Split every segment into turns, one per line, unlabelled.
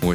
我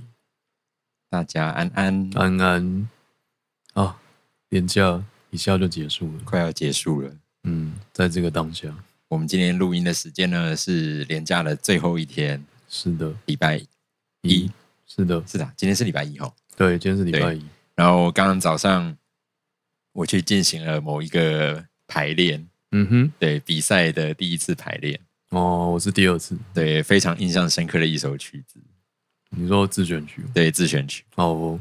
大家安安，
安安啊，廉价一下就结束了。
快要结束了。
嗯，在这个当下，
我们今天录音的时间呢是连假的最后一天，
是的，
礼拜一
一，是的，
是的，今天是礼拜一哦。
对，今天是礼拜一，
然后刚刚早上我去进行了某一个排练，
嗯哼，
对比赛的第一次排练，
哦，我是第二次，
对非常印象深刻的一首曲子，
你说自选曲，
对自选曲，
好哦，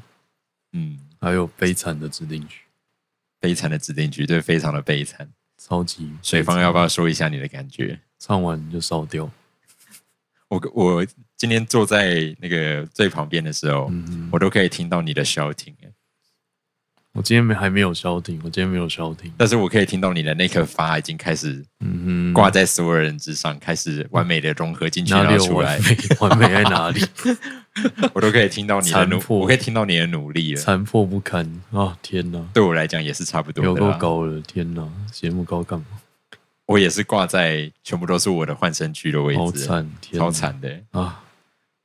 嗯，
还有悲惨的指定曲，
悲惨的指定曲，对，非常的悲惨。
超级
水方
悲惨
要不要说一下你的感觉？
唱完就烧掉？
我我今天坐在那个最旁边的时候，
嗯，
我都可以听到你的 shouting，
我今天没还没有消停，我今天没有消停。
但是我可以听到你的那颗发已经开始
嗯哼，
挂在所有人之上，开始完美的融合进去，
哪
然
里
后
有
出来
完，美？完美在哪里？
我都可以听到你的努
残，破
我可以听到你的努力了。
残破不堪啊！天哪，
啊对我啊来讲也是差不多
有
的
够
啦。
高了！天哪，节目高干嘛？
我也是挂在全部都是我的换身区的位
好
置，
惨，天哪
啊超惨的，
啊！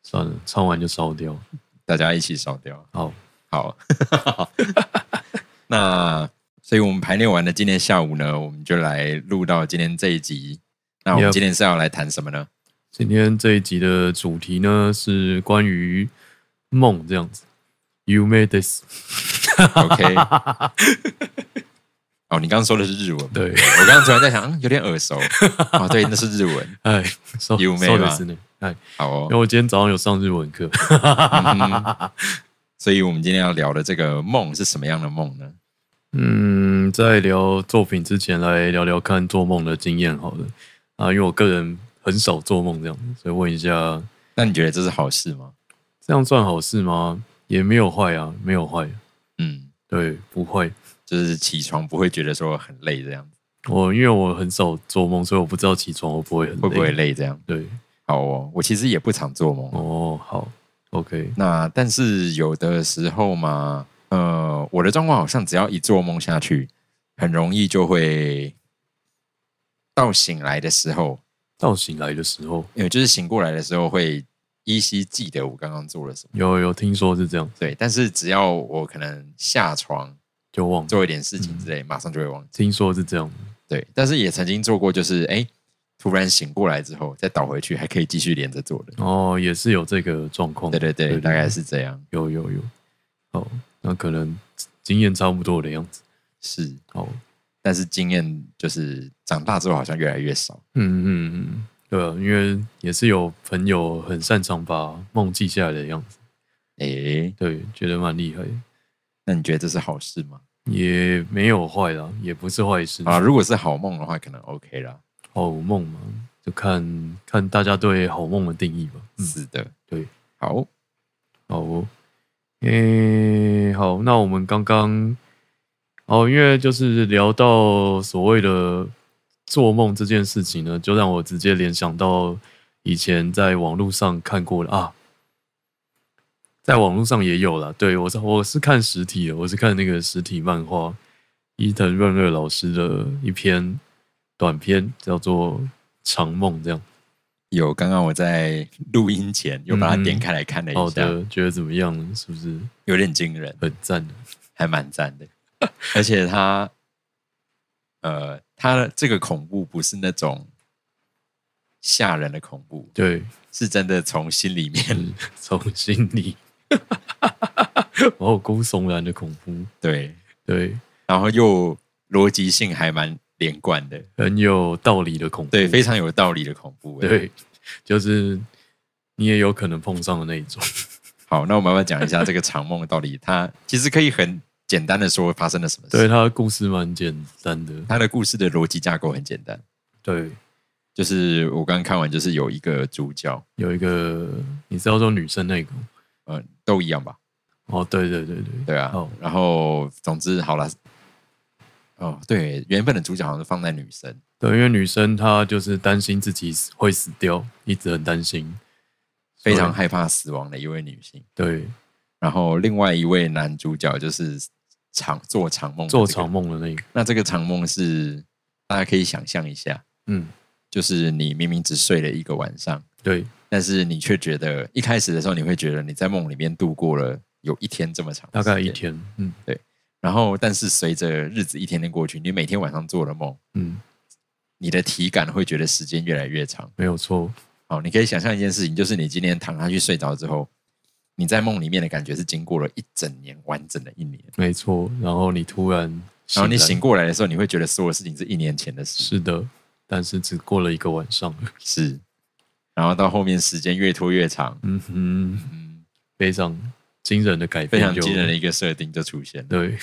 算了，唱完就烧掉。
大家一起烧掉。
好，
好， 那所以我们排练完了，今天下午呢，我们就来录到今天这一集。那我们
Yep
今天是要来谈什么呢？
今天这一集的主题呢是关于梦这样子。You made this，
OK，哦，你刚刚说的是日文吗，
对
我刚刚突然在想，嗯有点耳熟。哦，对，那是日文。
哎，烧
You made
烧的
吗
是呢，哎，
好哦
因为，我今天早上有上日文课，
嗯所以我们今天要聊的这个梦是什么样的梦呢？
嗯，在聊作品之前，来聊聊看做梦的经验好了啊，因为我个人很少做梦这样，所以问一下，
那你觉得这是好事吗？
这样算好事吗？也没有坏啊，没有坏，
嗯，
对，不坏。
就是起床不会觉得说很累这样子，
我因为我很少做梦，所以我不知道起床我不会很累，
会不会？累这样？
对，
好哦，我其实也不常做梦，
哦，好，OK，
那但是有的时候嘛，呃，我的状况好像只要一做梦下去，很容易就会到醒来的时候，
到醒来的时候，
因为就是醒过来的时候会依稀记得我刚刚做了什么。
有有听说是这样，
对，但是只要我可能下床
就忘了，
做一点事情之类，马上就会忘记。
听说是这样，
对，但是也曾经做过，就是哎、诶突然醒过来之后再倒回去，还可以继续连着做的。
哦，也是有这个状况，
对对对，大概是这样。
有有有，好，那可能经验差不多的样子，
是，
好。
但是经验就是长大之后好像越来越少。
嗯嗯嗯，对啊，因为也是有朋友很擅长把梦记下来的样子，
哎、
对，觉得蛮厉害的，
那你觉得这是好事吗？
也没有坏啦，也不是坏事。
啊，如果是好梦的话，可能 OK 啦。
好梦嘛，就看看大家对好梦的定义吧。嗯，
是的，
对，
好，
好哦，诶、好，那我们刚刚哦，因为就是聊到所谓的做梦这件事情呢，就让我直接联想到以前在网络上看过的啊，在网络上也有啦。对我是我是看实体的，我是看那个实体漫画，伊藤润二老师的一篇短篇，叫做《长梦》这样。
有刚刚我在 录音前又把它点开来看了
嗯好
一下，
的，觉得怎么样呢？是不是
有点惊人，
很赞呢？
还蛮赞的。而且它，呃，它的这个恐怖不是那种吓人的恐怖，
对。
是真的从心里
嗯
面
从心里，毛骨悚然的恐怖，
对，
对，
然后又逻辑性还蛮连贯的，
很有道理的恐怖，
对，非常有道理的恐怖。哎，
嗯对，就是你也有可能碰上的那一 种。
好，那我慢慢讲一下这个长梦到底它其实可以很简单的说发生了什么事。
对，他的故事蛮简单的，
它的故事的逻辑架构很简单，
对，
就是我刚看完，就是有一个主角，
有一个你是要说女生那个吗，
呃，都一样吧？
哦，对对对对，
对啊。
哦
然后总之好了，哦，对，原本的主角好像是放在女生，
对，因为女生她就是担心自己死会死掉，一直很担心，
非常
害
害怕死亡的一位女性。
对
然后另外一位男主角就是长做长梦的这
做
个，
长梦的那个，
那这个长梦是大家可以想象一下，
嗯，
就是你明明只睡了一个晚上，
对
但是你却觉得一开始的时候你会觉得你在梦里面度过了有一天这么长，
大概一。天，嗯
然后，但是随着日子一天天过去，你每天晚上做的梦，
嗯，
你的体感会觉得时间越来越长。
没有错，
好，你可以想象一件事情，就是你今天躺下去睡着之后，你在梦里面的感觉是经过了一整年完整的一年。
没错。然后你突然，
然后你醒
醒来，
过来的时候，你会觉得所有事情是一年前的事，
是的，但是只过了一个晚上，
是。然后到后面时间越拖越长，
嗯哼，
嗯，
非常惊人的改
非
变就，
常惊人的一个设定就出现了。
对，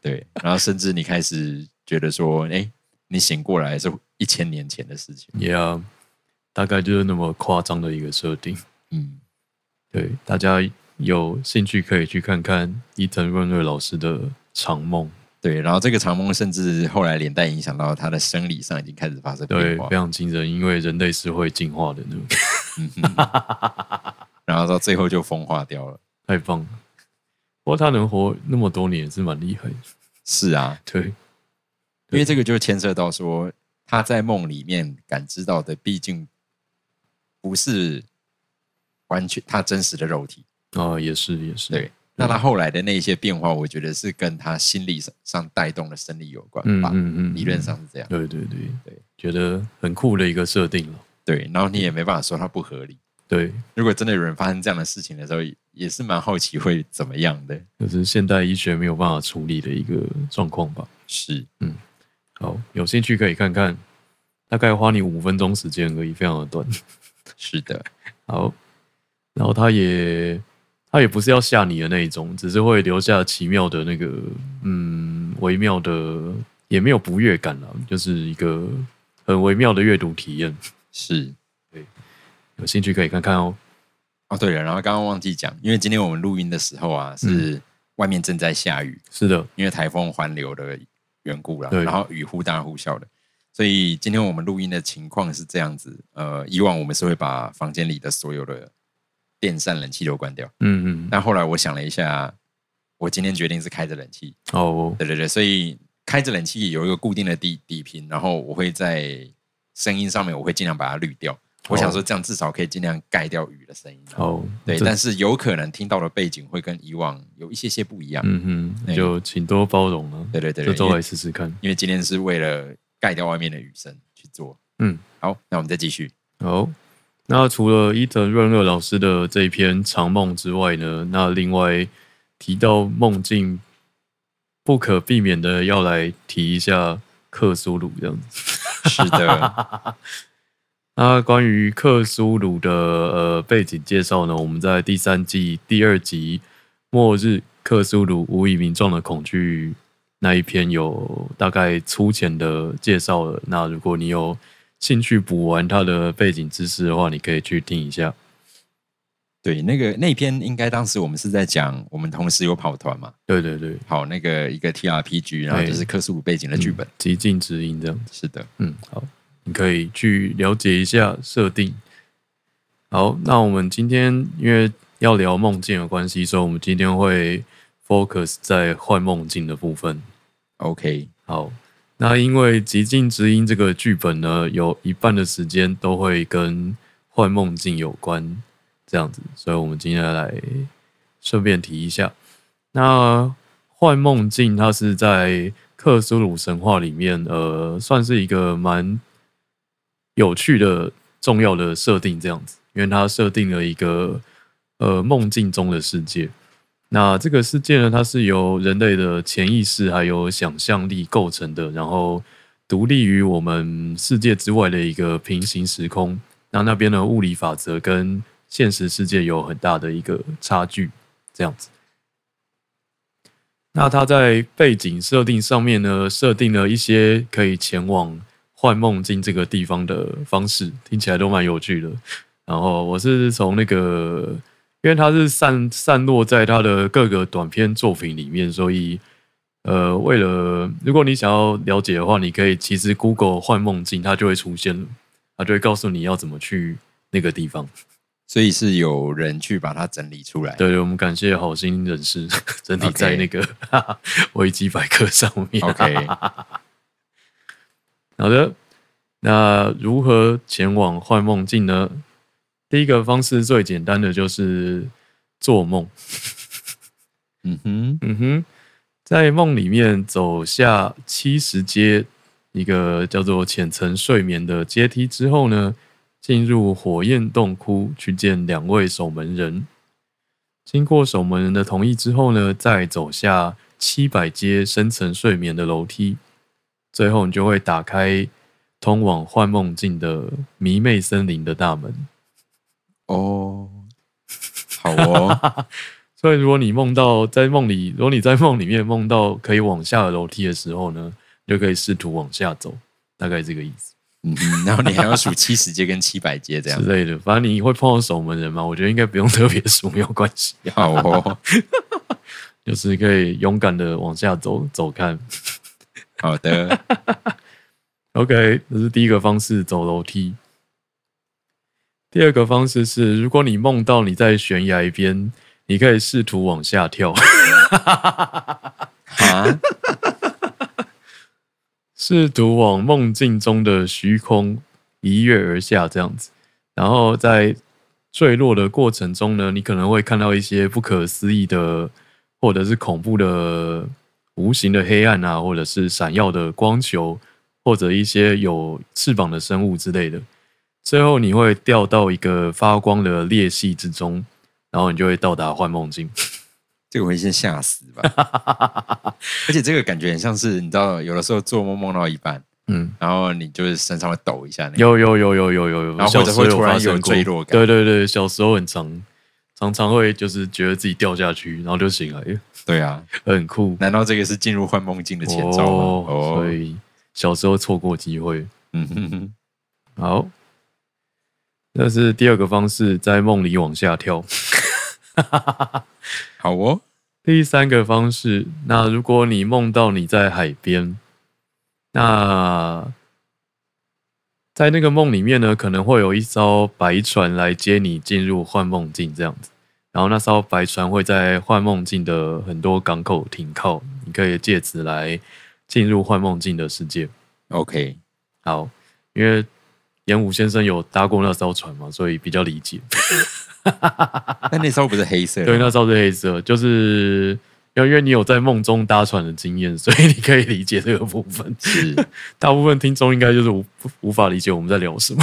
对，然后甚至你开始觉得说，哎，你醒过来是一千年前的事情。
也、yeah, 大概就是那么夸张的一个设定。
嗯，
对，大家有兴趣可以去看看伊藤润二老师的《长梦》。
对。然后这个长梦甚至后来连带影响到他的生理上已经开始发生
对
变，化
非。常惊人，因为人类是会进化的呢，
嗯哼然后到最后就风化掉了。
太棒了。不过他能活那么多年也是蛮厉害的。
是啊，
对，
因为这个就牵涉到说他在梦里面感知到的，毕竟不是完全他真实的肉体。
啊、也是也是。
对，那他后来的那一些变化，我觉得是跟他心理上上带动的生理有关
嗯
吧。
嗯嗯，
理论上是这样。
对对对
对，
觉得很酷的一个设定了。
对，然后你也没办法说它不合理。
对，
如果真的有人发生这样的事情的时候，也是蛮好奇会怎么样的。
就是现代医学没有办法处理的一个状况吧。
是，
好，有兴趣可以看看，大概花你五分钟时间而已，非常的短。
是的，
好，然后他也他也不是要吓你的那一种，只是会留下奇妙的那个嗯微妙的，也没有不悦感啦，就是一个很微妙的阅读体验。
是。
有兴趣可以看看哦。
哦，对了，然后刚刚忘记讲，因为今天我们录音的时候啊，是外面正在下雨，
是的，
因为台风环流的缘故啦，
对
然后雨忽大忽小的，所以今天我们录音的情况是这样子。呃，以往我们是会把房间里的所有的电扇、冷气都关掉，
嗯嗯，
但后来我想了一下，我今天决定是开着冷气，
好哦，
对对对，所以开着冷气有一个固定的底底频，然后我会在声音上面我会尽量把它滤掉。我想说这样至少可以尽量盖掉雨的声音啊。
哦好哦，
对，
这
但是有可能听到的背景会跟以往有一些些不一样。
嗯嗯，
对
就请多包容了、
对对对
这
对，
周
因
来
为
试试看。
因为今天是为了盖掉外面的雨声去做。
嗯，
好，那我们再继续。
好，那除了伊藤润二老师的这一篇《长梦》之外呢，那另外提到梦境，不可避免的要来提一下克苏鲁这样子。
是 的，
那关于克苏鲁的呃背景介绍呢，我们在第三季第二集《末日克苏鲁：无以名状的恐惧》那一篇有大概粗浅的介绍了。那如果你有兴趣补完它的背景知识的话，你可以去听一下。
对，那个那篇应该当时我们是在讲，我们同时有跑团嘛，
对对对，
跑那个一个 TRPG，然后就是克苏鲁背景的剧本。
嗯极尽指引这样。
是的，
嗯，好，你可以去了解一下设定。好，那我们今天因为要聊梦境的关系，所以我们今天会 focus 在幻梦境的部分。
OK，
好，那因为《极尽之音》这个剧本呢，有一半的时间都会跟幻梦境有关，这样子，所以我们今天来顺便提一下。那幻梦境它是在克苏鲁神话里面，呃，算是一个蛮有趣的、重要的设定，这样子，因为它设定了一个呃梦境中的世界。那这个世界呢，它是由人类的潜意识还有想象力构成的，然后独立于我们世界之外的一个平行时空。那那边的物理法则跟现实世界有很大的一个差距，这样子。那它在背景设定上面呢，设定了一些可以前往幻梦境这个地方的方式，听起来都蛮有趣的。然后我是从那个因为它是散散落在他的各个短篇作品里面，所以呃，为了如果你想要了解的话，你可以其实 Google 幻梦境，它就会出现了，它就会告诉你要怎么去那个地方。
所以是有人去把它整理出来。
对对，我们感谢好心人士 整体
哎 OK
在那个 维基百科上面。
OK
好的，那如何前往幻梦境呢？第一个方式最简单的就是做梦。
嗯哼，
嗯哼，在梦里面走下七十阶一个叫做浅层睡眠的阶梯之后呢，进入火焰洞窟去见两位守门人。经过守门人的同意之后呢，再走下七百阶深层睡眠的楼梯，最后你就会打开通往幻梦境的迷妹森林的大门。
哦，好哦，
所以，如果你梦到在梦里，如果你在梦里面梦到可以往下的楼梯的时候呢，你就可以试图往下走，大概这个意思
嗯哼，然后你还要数七十阶跟七百阶这样
之，类的。反正你会碰到守门人嘛，我觉得应该不用特别 数，没有关系，
好哦，
就是可以勇敢的往下走走看。
好的，
OK，这是第一个方式，走楼梯。第二个方式是，如果你梦到你在悬崖边，你可以试图往下跳。
啊，
试图往梦境中的虚空一跃而下，这样子。然后在坠落的过程中呢，你可能会看到一些不可思议的，或者是恐怖的、无形的黑暗啊，或者是闪耀的光球，或者一些有翅膀的生物之类的。最后你会掉到一个发光的裂隙之中，然后你就会到达幻梦境。
这个我会先吓死 吧，而且这个感觉很像是你知道，有的时候做梦梦到一半，
嗯，
然后你就是身上会抖一下那个，
有有有有有有有，
然后或者
小时候
会突然
发生
有
过
坠落感
对对对，小时候很常常常会就是觉得自己掉下去，然后就醒来，
对啊，
很酷
难道这个是进入幻梦境的前兆吗？哦
所，以小时候错过机会。
嗯哼哼，
好，那是第二个方式，在梦里往下跳。
好哦，
第三个方式，那如果你梦到你在海边，那在那个梦里面呢，可能会有一艘白船来接你进入幻梦境这样子。然后那艘白船会在幻梦境的很多港口停靠，你可以借此来进入幻梦境的世界。
OK，
好，因为演武先生有搭过那艘船嘛，所以比较理解。
那那时候不是黑色的
对，
吗
那时候是黑色，就是因为你有在梦中搭船的经验，所以你可以理解这个部分。
是，
大部分听众应该就是无无法理解我们在聊什么。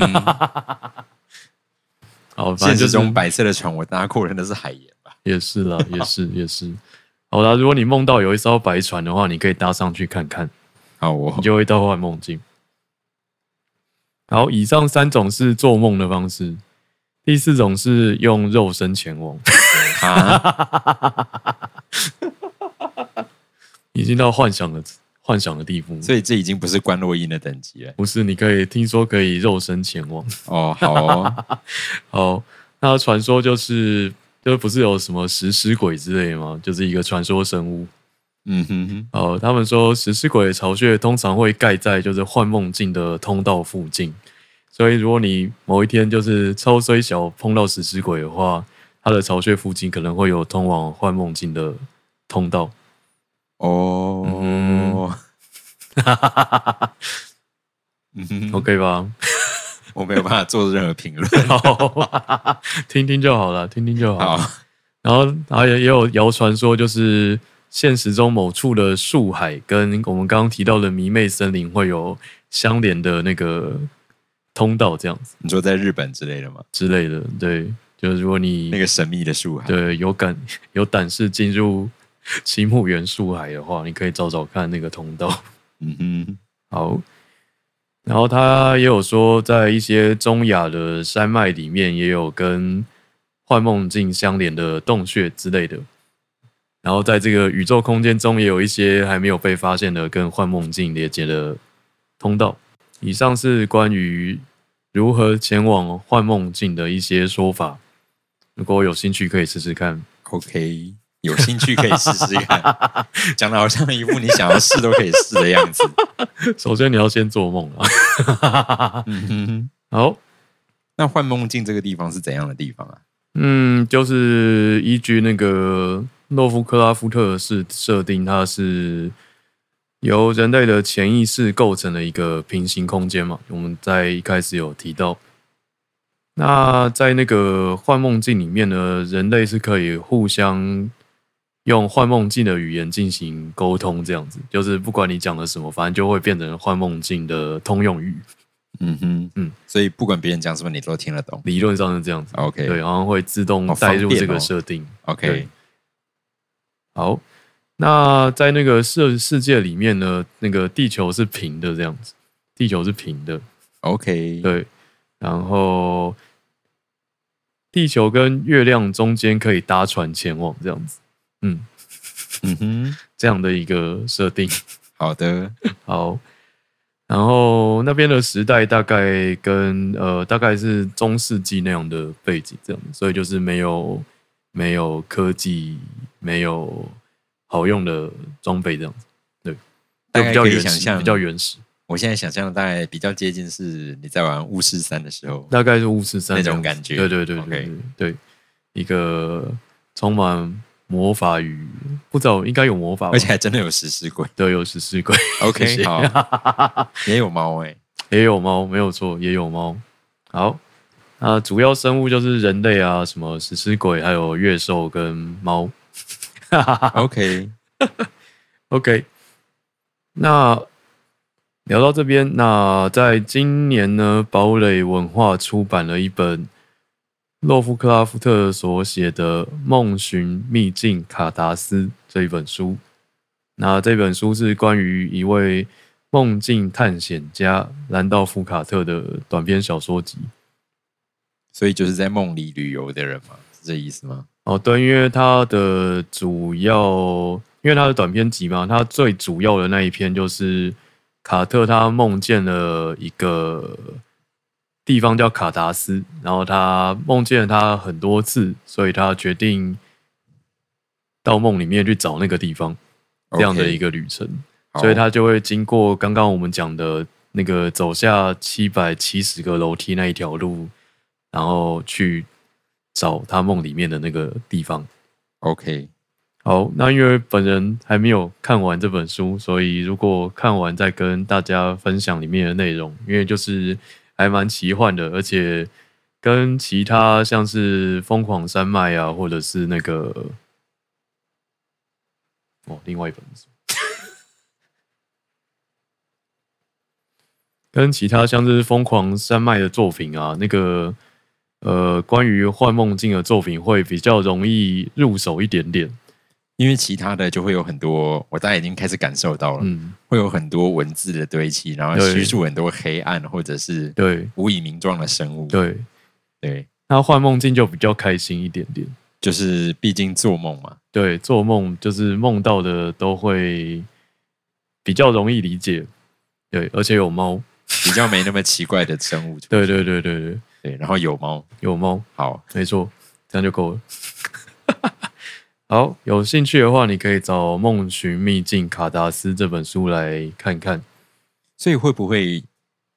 嗯哼，
好，
现
反正就
实
是
中白色的船我搭过，真的是海盐吧？
也是啦，也是也是。好啦，如果你梦到有一艘白船的话，你可以搭上去看看，
好哦
你，就会到幻梦境。好，以上三种是做梦的方式，第四种是用肉身前往，
啊，
已经到幻想的幻想的地步。
所以这已经不是关洛音的等级了。
不是，你可以听说可以肉身前往。
哦，好哦，
好，那传说就是就是不是有什么食尸鬼之类吗？就是一个传说生物。
嗯哼哼，
哦，他们说食尸鬼的巢穴通常会盖在就是幻梦境的通道附近，所以如果你某一天就是超虽小碰到食尸鬼的话，它的巢穴附近可能会有通往幻梦境的通道。
哦，嗯哼，
OK 吧？
我没有办法做任何评论。
好，听听就好了，听听 就
好
好。，然后，然后也也有谣传说，就是现实中某处的树海跟我们刚刚提到的迷妹森林会有相连的那个通道，这样子
你说在日本之类的吗？
之类的。对，就是如果你、
那个神秘的树海，啊
对有敢有胆识进入奇木原树海的话，你可以找找看那个通道。
嗯哼，
好，然后他也有说，在一些中亚的山脉里面，也有跟幻梦境相连的洞穴之类的。然后在这个宇宙空间中，也有一些还没有被发现的跟幻梦境连接的通道。以上是关于如何前往幻梦境的一些说法。如果有兴趣，可以试试看。
OK，有兴趣可以试试看。 讲的好像一副你想要试都可以试的样 子。
首先你要先做梦啊。
嗯哼，
好，
那幻梦境这个地方是怎样的地方啊？
嗯，就是依据那个诺夫克拉夫特是设定，它是由人类的潜意识构成的一个平行空间嘛。我们在一开始有提到，那在那个幻梦境里面呢，人类是可以互相用幻梦境的语言进行沟通，这样子，就是不管你讲了什么，反正就会变成幻梦境的通用语。
嗯哼，
嗯
嗯，所以不管别人讲什么，你都听得懂。
理论上是这样子，对，
OK，OK，、
然后会自动
好方
带入
便
这个
哦
设定。对好，那在那个世世界里面呢，那个地球是平的，这样子，地球是平的，
OK，
对。然后，地球跟月亮中间可以搭船前往，这样子，嗯，
嗯哼，
这样的一个设定。
好的，
好，然后那边的时代大概跟呃大概是中世纪那样的背景这样，所以就是没有没有科技，没有好用的装备这样子，对，
大
就
概
比较
可以
原
想
始，
象
比较原始，
我现在想象的大概比较接近是你在玩巫师三的时候，
大概是五十三
那种感觉
对对对对
OK
对对，一个充满魔法与不知道应该有魔法吧，
而且还真的有食尸鬼。
对有食尸鬼，
OK，
谢谢
好， 也有猫哎、
也有猫，没有错，也有猫。好，啊，主要生物就是人类啊，什么食尸鬼，还有月兽跟猫。
OK，
OK，那聊到这边，那在今年呢，堡垒文化出版了一本洛夫克拉夫特所写的《梦寻秘境卡达斯》这一本书。那这本书是关于一位梦境探险家兰道夫卡特的短篇小说集。
所以就是在梦里旅游的人嘛，是这意思吗？
哦，对，因为它的主要，因为它的短篇集嘛，它最主要的那一篇就是卡特他梦见了一个地方叫卡达斯，然后他梦见了他很多次，所以他决定到梦里面去找那个地方，这样的一
个，
个旅程。
好
所以它就会经过刚刚我们讲的那个走下七百七十个楼梯那一条路，然后去找他梦里面的那个地方。
OK，
好，那因为本人还没有看完这本书，所以如果看完再跟大家分享里面的内容，因为就是还蛮奇幻的，而且跟其他像是《疯狂山脉》啊，或者是那个哦，另外一本书，跟其他像是《疯狂山脉》的作品啊，那个呃，关于幻梦境的作品会比较容易入手一点点。
因为其他的就会有很多，我大概已经开始感受到了，
嗯，
会有很多文字的堆砌，然后
对
叙述很多黑暗或者是
对
无以名状的生物。
对，
对，
那幻梦境就比较开心一点点。
就是毕竟做梦嘛。
对，做梦就是梦到的都会比较容易理解。对，而且有猫。
比较没那么奇怪的生物。
对对对对对，
对，然后有猫，
有猫。
好，
没错，这样就够了。 好，有兴趣的话，你可以找《梦寻秘境卡达斯》这本书来看看。
所以会不会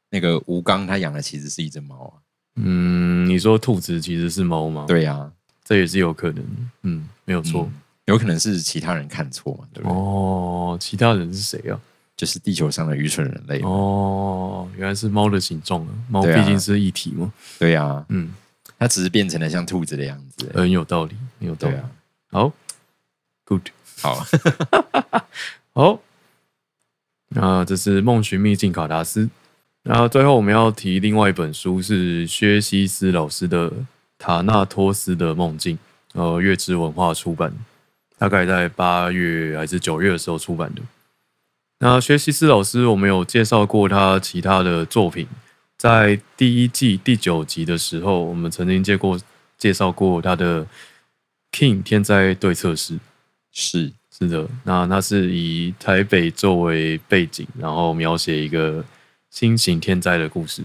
那个吴刚他养的其实是一只猫啊？
嗯，你说兔子其实是猫吗？，
对啊，
这也是有可能。嗯，没有错。
嗯有可能是其他人看错嘛，对不对？
哦，其他人是谁啊？
就是地球上的愚蠢人类。
哦，原来是猫的形状啊！猫
对啊
毕竟是一体嘛。
对啊，
嗯，
它只是变成了像兔子的样子。
很有道理，很有道
对
理。
啊，
好，good。
好，
好，哦那这是《梦寻秘境卡达斯》。那最后我们要提另外一本书是薛西斯老师的《塔纳托斯的梦境》，呃，月之文化出版，大概在八月还是九月的时候出版的。那薛西斯老师，我们有介绍过他其他的作品，在第一季第九集的时候，我们曾经介过介绍过他的《King 天灾对策师》。
是
是的，那它是以台北作为背景，然后描写一个新型天灾的故事。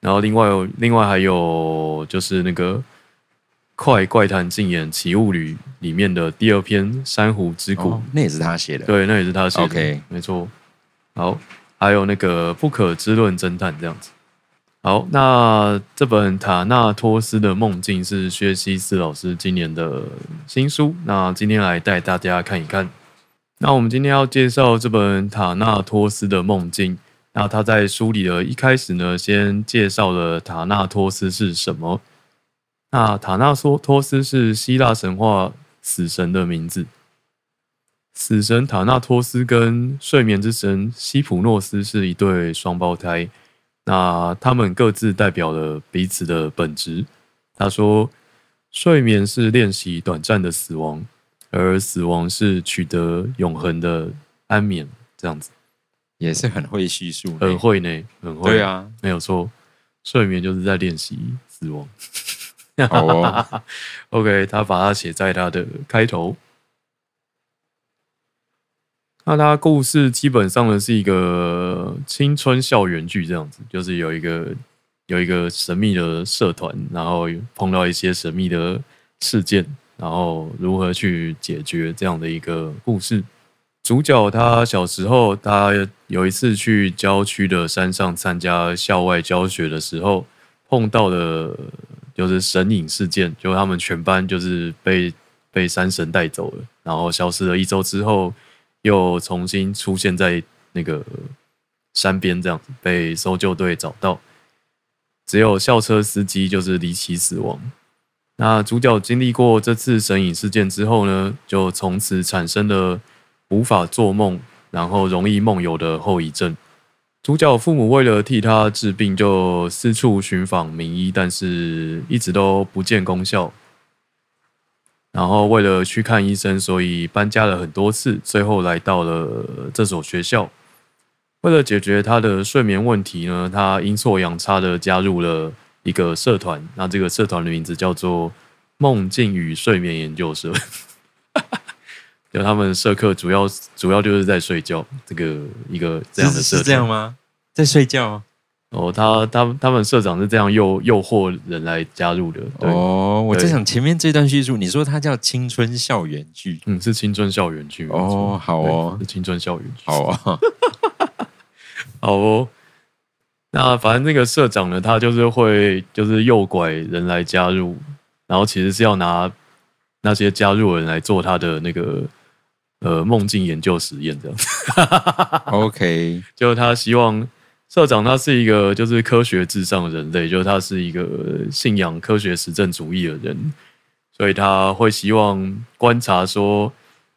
然后另外有另外还有就是那个快怪谈禁言《奇物语》里面的第二篇《珊瑚之谷》
哦，那也是他写的。，
对，那也是他写的
OK
没错。好，还有那个《不可知论侦探》这样子。好，那这本《塔纳托斯的梦境》是薛西斯老师今年的新书，那今天来带大家看一看。那我们今天要介绍这本《塔纳托斯的梦境》，那他在书里的一开始呢，先介绍了塔纳托斯是什么。那塔纳托托斯是希腊神话死神的名字，死神塔纳托斯跟睡眠之神西普诺斯是一对双胞胎，那他们各自代表了彼此的本质。他说，睡眠是练习短暂的死亡，而死亡是取得永恒的安眠。这样子
也是很会叙述呢，
很会呢，很会。
哎对，啊，
没有错，睡眠就是在练习死亡。
好哦，
OK，他把它写在他的开头。那他故事基本上呢是一个青春校园剧这样子，就是有一个有一个神秘的社团，然后碰到一些神秘的事件，然后如何去解决这样的一个故事。主角他小时候，他有一次去郊区的山上参加校外教学的时候，碰到的就是神隐事件，就他们全班就是被被山神带走了，然后消失了一周之后，又重新出现在那个山边，这样子被搜救队找到，只有校车司机就是离奇死亡。那主角经历过这次神隐事件之后呢，就从此产生了无法做梦，然后容易梦游的后遗症。主角父母为了替他治病，就四处寻访名医，但是一直都不见功效。然后为了去看医生，所以搬家了很多次，最后来到了这所学校。为了解决他的睡眠问题呢，他阴错阳差的加入了一个社团，那这个社团的名字叫做“梦境与睡眠研究社”， 就他们社课主要主要就是在睡觉，这个一个这样的社
是
团
是这样吗？在睡觉
哦，他他他们社长是这样诱诱惑人来加入的，对，
哦，我在
对
想前面这段叙述，你说它叫青春校园剧
嗯，是青春校园剧没错
哦，好哦
对，是青春校园剧，
好哦，
好哦。那反正那个社长呢，他就是会就是诱拐人来加入，然后其实是要拿那些加入的人来做他的那个呃梦境研究实验，这样。
OK，
就是他希望社长他是一个就是科学至上的人类，就是他是一个信仰科学实证主义的人，所以他会希望观察说，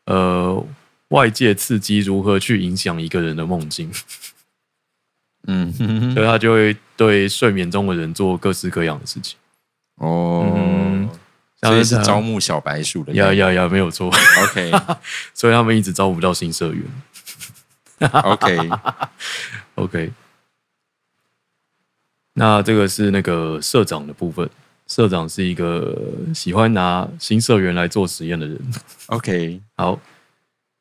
呃，外界刺激如何去影响一个人的梦境，
嗯 哼
所
哼，
以他就会对睡眠中的人做各式各样的事情。
哦
嗯，
所以是
像他
招募小白鼠的那
呀
个，
呀呀，没有错，
OK
所以他们一直招不到新社员。
OK，
OK，那这个是那个社长的部分。社长是一个喜欢拿新社员来做实验的人。
OK，
好，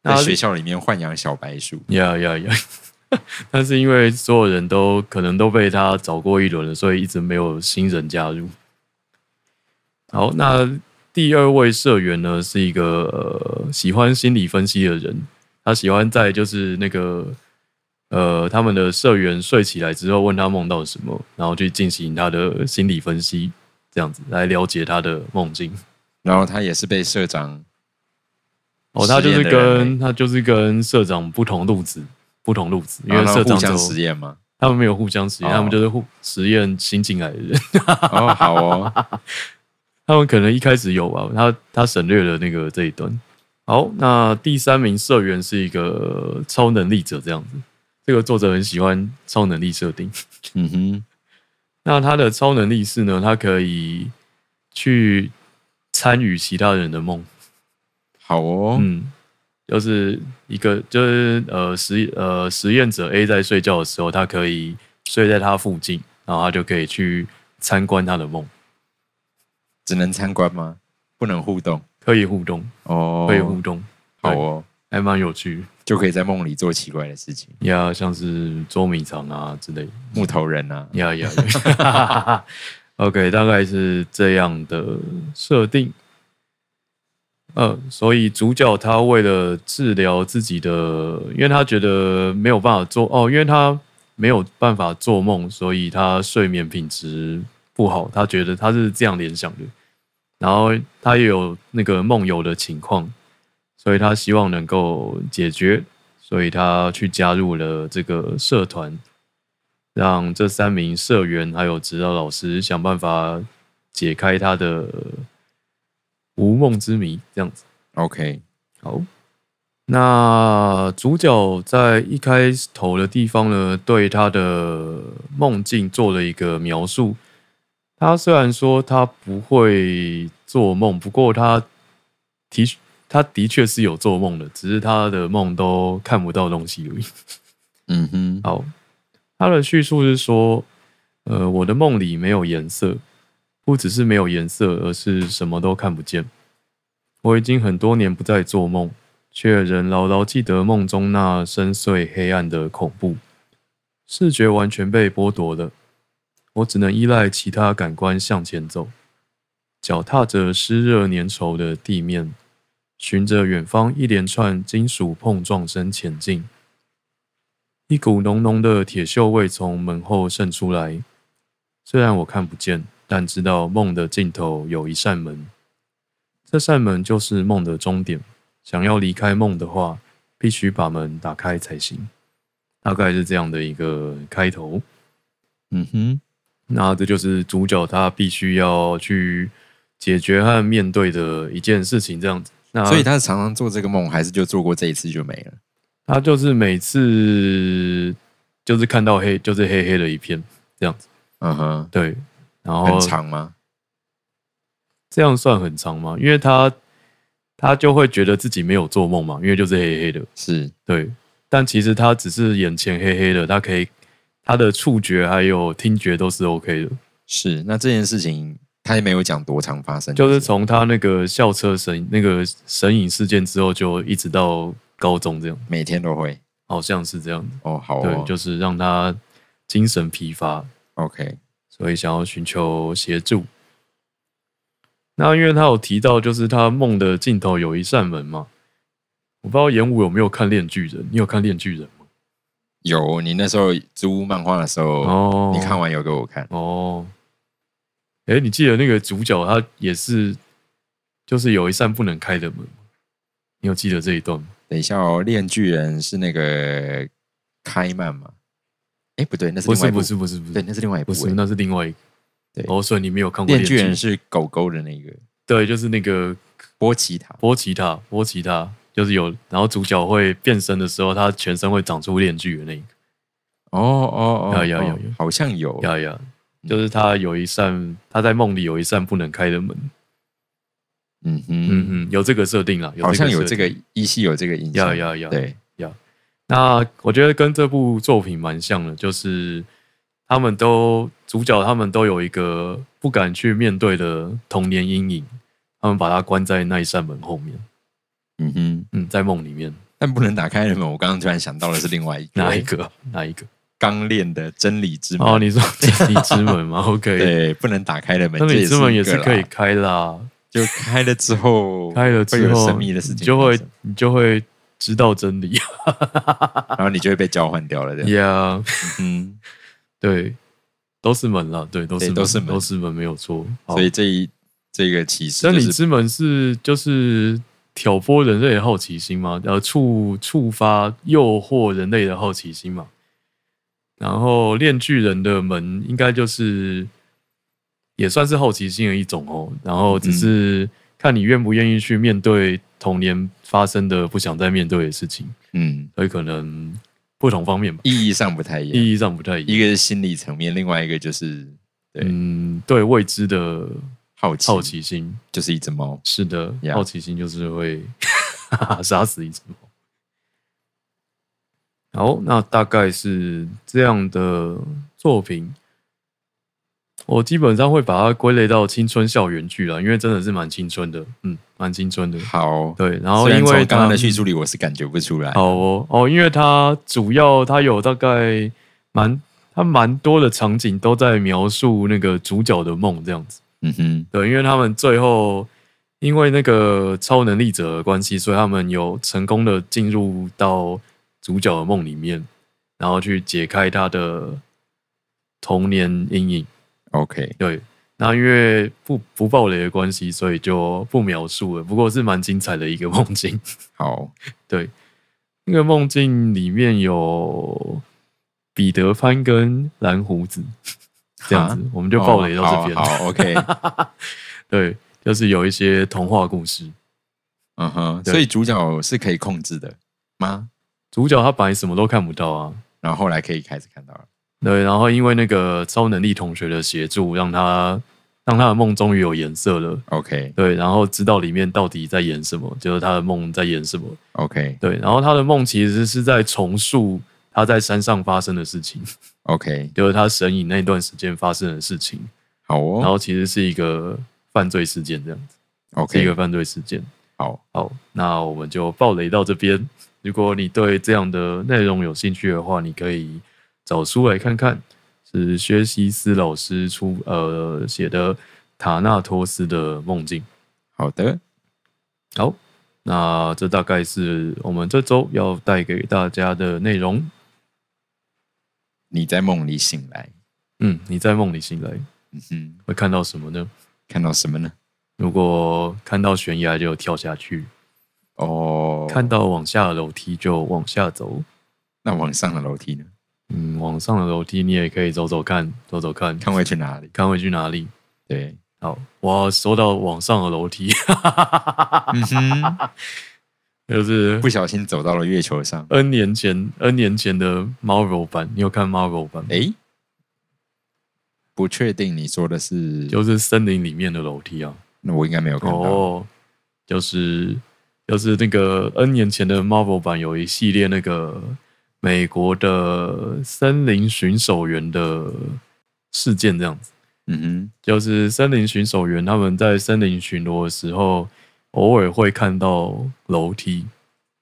在
那
学校里面豢养小白鼠，
呀呀呀！ 但是因为所有人都可能都被他找过一轮了，所以一直没有新人加入。好，那第二位社员呢，是一个、呃、喜欢心理分析的人，他喜欢在就是那个呃他们的社员睡起来之后，问他梦到什么，然后去进行他的心理分析，这样子来了解他的梦境。
然后它也是被社长
哦，他就是
实验的人类
跟他就是跟社长不同路子，不同路子，因为
然后
社长
啊互相
走
实验嘛。
他们没有互相实验，
哦
他们就是互实验新进来的人。
哦，好哦，
他们可能一开始有吧，他他省略了那个这一段。好，那第三名社员是一个超能力者，这样子。这个作者很喜欢超能力设定。
嗯哼，
那他的超能力是呢，他可以去参与其他人的梦。
好哦，
嗯，就是一个就是呃实呃实验者 A 在睡觉的时候，他可以睡在他附近，然后他就可以去参观他的梦，
只能参观吗？不能互动
可以互动，
哦，
可以互动，
好哦，
还蛮有趣。
就可以在梦里做奇怪的事情。
呀，像是捉迷藏啊之类的。
木头人啊，
呀呀呀， OK，大概是这样的设定。呃，所以主角他为了治疗自己的，因为他觉得没有办法做哦，因为他没有办法做梦，所以他睡眠品质不好。他觉得他是这样联想的，然后他也有那个梦游的情况，所以他希望能够解决，所以他去加入了这个社团，让这三名社员还有指导老师想办法解开他的无梦之谜，这样子。
OK，
好，那主角在一开头的地方呢，对他的梦境做了一个描述。他虽然说他不会做梦，不过他的他的确是有做梦的，只是他的梦都看不到东西而已。
嗯哼，
好，他的叙述是说，呃，我的梦里没有颜色，不只是没有颜色，而是什么都看不见。我已经很多年不再做梦，却仍牢牢记得梦中那深邃黑暗的恐怖。视觉完全被剥夺了，我只能依赖其他感官向前走，脚踏着湿热粘稠的地面，循着远方一连串金属碰撞声前进。一股浓浓的铁锈味从门后渗出来。虽然我看不见，但知道梦的尽头有一扇门，这扇门就是梦的终点。想要离开梦的话，必须把门打开才行。大概是这样的一个开头。
嗯哼，
那这就是主角他必须要去解决和面对的一件事情，这样子。那
所以他常常做这个梦，还是就做过这一次就没了。
他就是每次就是看到黑，就是黑黑的一片这样子。
嗯哼，
对，然后
很长吗？
这样算很长吗？因为他他就会觉得自己没有做梦嘛，因为就是黑黑的，
是，
对。但其实他只是眼前黑黑的，他可以他的触觉还有听觉都是 OK 的，
是，那这件事情他也没有讲多长发生，
就是从他那个校车神那个神隐事件之后，就一直到高中这样，
每天都会。
好像是这样的，
哦，好
对
哦，，
就是让他精神疲乏，
OK，
所以想要寻求协助。那因为他有提到，就是他梦的尽头有一扇门嘛。我不知道演武有没有看《恋巨人》，你有看《恋巨人》吗？
有你那时候租漫画的时候，
哦
你看完有给我看，
哦。哎、你记得那个主角他也是，就是有一扇不能开的门吗你有记得这一段吗？
等一下哦，《链巨人》是那个开曼嘛？哎，不对，那是
不
另外
是
一部
不是不是不
对，
是
那是另外一部
不。是，那是另外一个。
对
哦，所以你没有看过《
链
恋
巨人
人》？
是狗狗的那个
对，就是那个
波奇塔，
波奇塔，波奇塔就是有，然后主角会变身的时候，他全身会长出链锯的那一个。
哦哦哦，
有有
哦
有有
好像有，
呀呀，就是他有一扇，他在梦里有一扇不能开的门。
嗯哼，
嗯嗯，有这个设定啦，
好像有
设
这
定
个依稀有这个印
呀
象，
呀呀。
对，
那我觉得跟这部作品蛮像的，就是他们都主角他们都有一个不敢去面对的童年阴影，他们把它关在那一扇门后面。
嗯哼，
嗯，在梦里面，
但不能打开的门，我刚刚突然想到的是另外一个
哪一个？哪一个？
刚练的真理之门，
哦，你说真理之门吗？OK，
对，不能打开的门，
真理之门也
这
是
一个啦
可以开的啊。
就开了之后，
开了之
会有
后，
神秘的事
你
情
就
发
会
生，
你就会知道真理。
然后你就会被交换掉了，这样，
yeah，
嗯，
对，都是门了，对，都是
对都是门
都是门，没有错。好
所以这一这个启示
真
就
理
是
之门是就是挑拨人类的好奇心嘛，呃，触触发诱惑人类的好奇心嘛。然后炼巨人的门应该就是也算是好奇心的一种哦，然后
嗯
只是看你愿不愿意去面对童年发生的不想再面对的事情。
嗯，
所以可能不同方面吧，
意义上不太一样，
意义上不太一
一
样。
个是心理层面，另外一个就是对
嗯，对未知的
好奇，
好奇心，
就是一只猫，
是的
Yeah
好奇心就是会 杀死一只猫。好，那大概是这样的作品，我基本上会把它归类到青春校园剧了，因为真的是蛮青春的，嗯，蛮青春的。
好，
对，然后
虽
因
然从
为
刚刚
它
的叙述里，我是感觉不出来，
好哦，哦，因为它主要它有大概蛮，它蛮多的场景都在描述那个主角的梦这样子。
嗯哼，
对，因为他们最后因为那个超能力者的关系，所以他们有成功的进入到主角的梦里面，然后去解开他的童年阴影。
，OK，
对，那因为不不暴雷的关系，所以就不描述了。不过是蛮精彩的一个梦境。
好，
对，那个梦境里面有彼得潘跟蓝胡子，这样子
哈
我们就暴雷到这边。
啊哦好好，OK，
对，就是有一些童话故事，
嗯哼，
对
所以主角是可以控制的吗？
主角他本来什么都看不到啊。
然后后来可以开始看到了，
对，然后因为那个超能力同学的协助，让他让他的梦终于有颜色了。
，OK，
对，然后知道里面到底在演什么，就是他的梦在演什么。
OK
对，然后他的梦其实是在重塑他在山上发生的事情，
OK，
就是他神隐那段时间发生的事情。
好
然
哦
后其实是一个犯罪事件，这样子是一
，OK，
个犯罪事件。
好，
好，那我们就爆雷到这边。如果你对这样的内容有兴趣的话，你可以找书来看看，是薛西斯老师出呃写的《塔纳托斯的梦境》。
好的，
好，那这大概是我们这周要带给大家的内容。
你在梦里醒来，
嗯，你在梦里醒来
嗯哼，
会看到什么呢？
看到什么呢？
如果看到悬崖就跳下去，
哦，
看到往下的楼梯就往下走。
那往上的楼梯呢？
嗯，往上的楼梯你也可以走走看，走走看，
看会去哪里？
看会去哪里。
对，
好，我说到往上的楼梯， 啊
嗯哼，
就是
不小心走到了月球上，
N 年前 N 年前的 Marvel 版，你有看 Marvel 版吗？
诶，不确定你说的是，
就是森林里面的楼梯啊。
那我应该没有看到，
哦，就是就是那个 N 年前的 Marvel 版有一系列那个美国的森林巡守员的事件，这样子，
嗯
就是森林巡守员他们在森林巡逻的时候，偶尔会看到楼梯，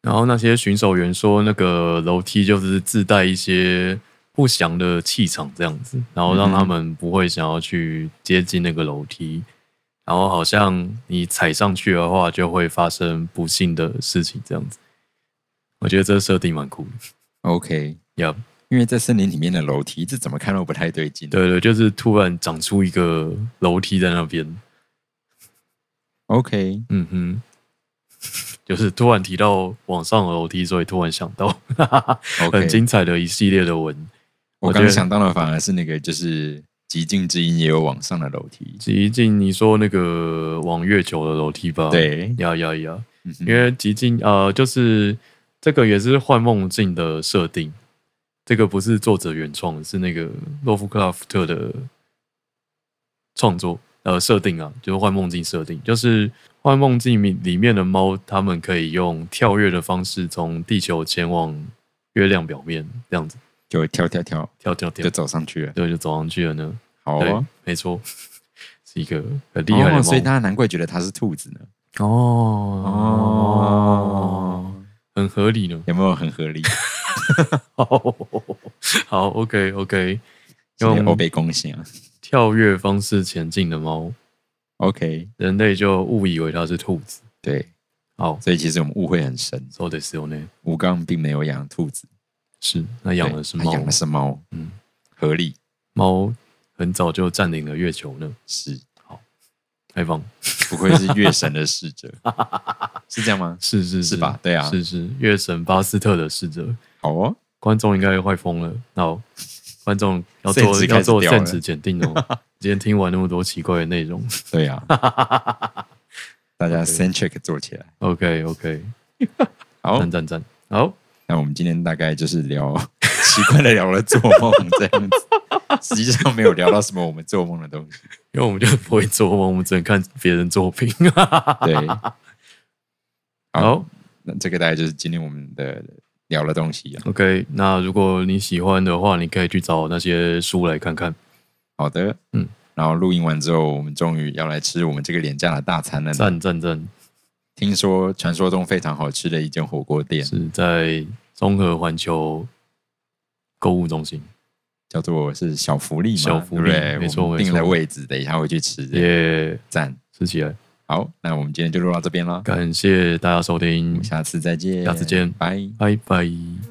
然后那些巡守员说，那个楼梯就是自带一些。不祥的气场这样子，然后让他们不会想要去接近那个楼梯，然后好像你踩上去的话，就会发生不幸的事情这样子。我觉得这设定蛮酷的。
哼，OK，
呀、yeah,，
因为在森林里面的楼梯，这怎么看都不太对劲。
对对，就是突然长出一个楼梯在那边，
，OK，
嗯哼，就是突然提到往上的楼梯，所以突然想到很
OK，
精彩的一系列的文。
我
我
刚
觉
刚
得
想到的反而是那个，就是极尽之音也有往上的楼梯。
极尽，你说那个往月球的楼梯吧？，
对，
呀呀呀，
嗯哼
因为极尽呃，就是这个也是幻梦境的设定，这个不是作者原创，是那个洛夫克拉夫特的创作呃设定啊，就是幻梦境设定，就是幻梦境里里面的猫，它们可以用跳跃的方式从地球前往月亮表面，这样子
就跳跳跳
跳跳跳
就，走上去了。
对，就走上去了呢。
好
对
哦，，
没错，是一个很厉害的
哦所以大
猫
家难怪觉得它是兔子呢。
哦哦，
哦，
很合理呢。
有没有很合理？
好，OK OK，
用欧
用
被攻陷啊。
跳跃方式前进的猫，
OK，
人类就误以为它是兔子。
对，
好，
所以其实我们误会很深，
说的是有呢，
吴刚并没有养兔子，
是那养的是
对
猫
他，养的是猫，
嗯，
合理
猫很早就占领了月球呢，
是，
开放
不愧是月神的侍者，是这样吗？
是是
是吧对啊
是是月神巴斯特的使者，
好哦，
观众应该会疯了。好，观众 要
圣
做
旨
要
开始
做
掉了
圣旨检 定哦。今天听完那么多奇怪的内容
对呀、啊，大家 send check 做起来。
，OK OK，
好
赞，赞赞，好，
那我们今天大概就是聊 奇怪的聊了做梦这样子，实际上没有聊到什么我们做梦的东西。
因为我们就不会做梦，我们只能看别人作品。
对，
好
那这个大概就是今天我们的聊的东西啊。
，OK，那如果你喜欢的话，你可以去找那些书来看看。
好的，
嗯，
然后录音完之后，我们终于要来吃我们这个廉价的大餐了呢。
赞赞赞，
听说传说中非常好吃的一间火锅店，
是在综合环球购物中心。
叫做是小福利嘛，
小福利
对不对？
没错
我们定
没
了
错
位置，等一下回去吃。
耶，
赞，
吃起来！
好，那我们今天就录到这边了，
感谢大家收
我
听
们，下次再见，
下次见
拜。
拜拜。